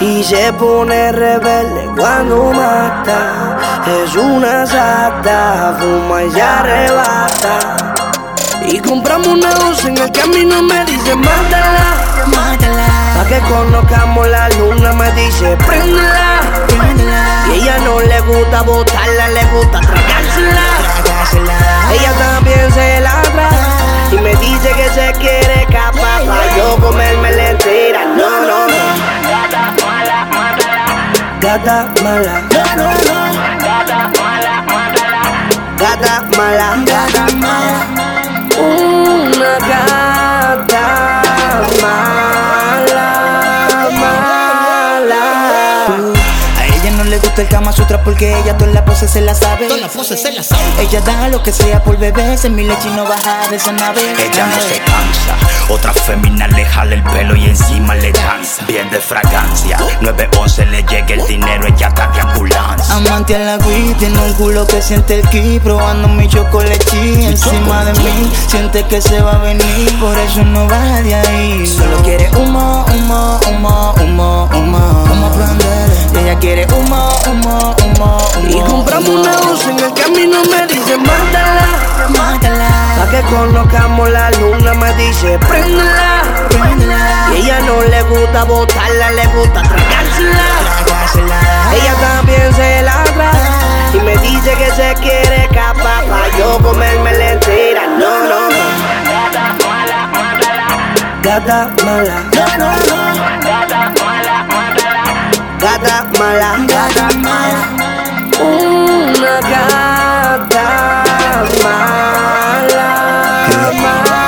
y se pone rebelde cuando mata. Es una sata, fuma y se arrebata. Y compramos un negocio en el camino me dice mátala, mátala. Pa' que conozcamos la luna me dice préndela, préndela. Y ella no le gusta botarla, le gusta tragársela. Ella también se la traga y me dice que se quiere escapar pa' yo comerme la entera. No, no, no. Gata mala, gata mala, gata mala. Una gata mala, mala. A ella no le gusta el Kama Sutra porque ella todas las poses se la sabe. Todas las voces se las saben. Ella da lo que sea por beberse, mi leche y no baja de esa nave. Ella no se cansa, otra femina le jala el pelo y encima le danza. Bien de fragancia, 911 le llega el dinero, ella está de ambulancia. Amante a la Wii, tiene un culo que siente el ki, probando mi chocolate encima de mí. Siente que se va a venir, por eso no va de ahí. Solo quiere humo, humo, humo, humo, humo, humo prender. Ella quiere humo, humo, humo, humo. Y compramos humo. una once en el camino me dice mátala. Mátala, Pa' que conozcamos la luna me dice préndela. préndela, Y ella no le gusta botarla, le gusta tragársela. trágasela. Ella también se la traga y me dice que se quiere escapar pa' yo comerme la entera. No, no, no. Gata mala, gata mala, gata mala. Una gata mala, mala.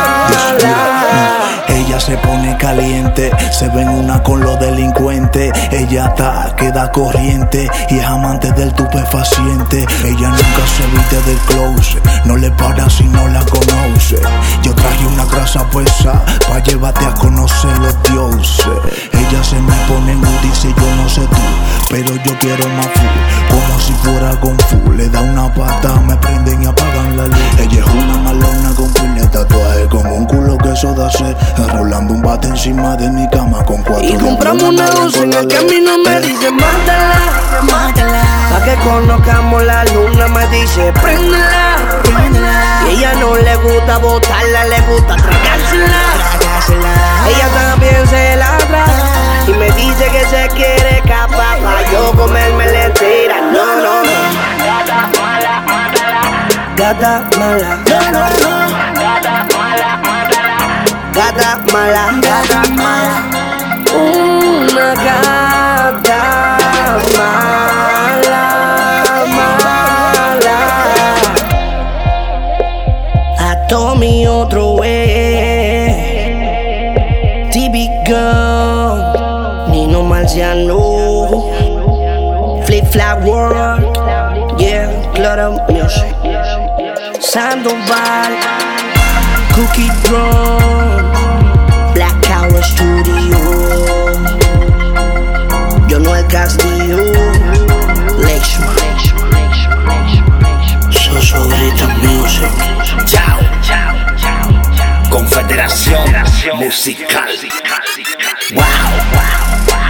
Ella se pone caliente, se ven una con los delincuentes. Ella está, queda corriente y es amante del tupefaciente. Ella nunca se viste del closet, no le para si no la conoce. Yo traje una grasa pesa pa' llevarte a conocer los dioses. Ella se me pone en dice yo no sé tú, pero yo quiero más full, como si fuera Kung Fu. Le da una pata, me prenden y apagan la luz. Ella es una malona con pile de tatuaje, con un culo que eso da sed, enrolando un bate encima de mi cama con cuatro. Y compramos una once en el camino me dice mátala. Mátala, Pa' que conozcamos la luna me dice préndela. préndela, Y ella no le gusta botarla, le gusta tragársela. trágasela. Ella también se la traga y me dice que se quiere escapar pa' yo comerme la entera. No, no, no. Gata mala, gata mala, gata mala. Una gata mala, mala. I told me otro way. TV Gun, Nino Marciano, Flip Flop World, yeah, Clutter Music, Sandoval, Cookie Drone, Black Hour Studio, Yo no el Castillo, Lexman, Sosobrita Music. Chao, chao, chao, chao. Confederación Musical. Wow, wow, wow.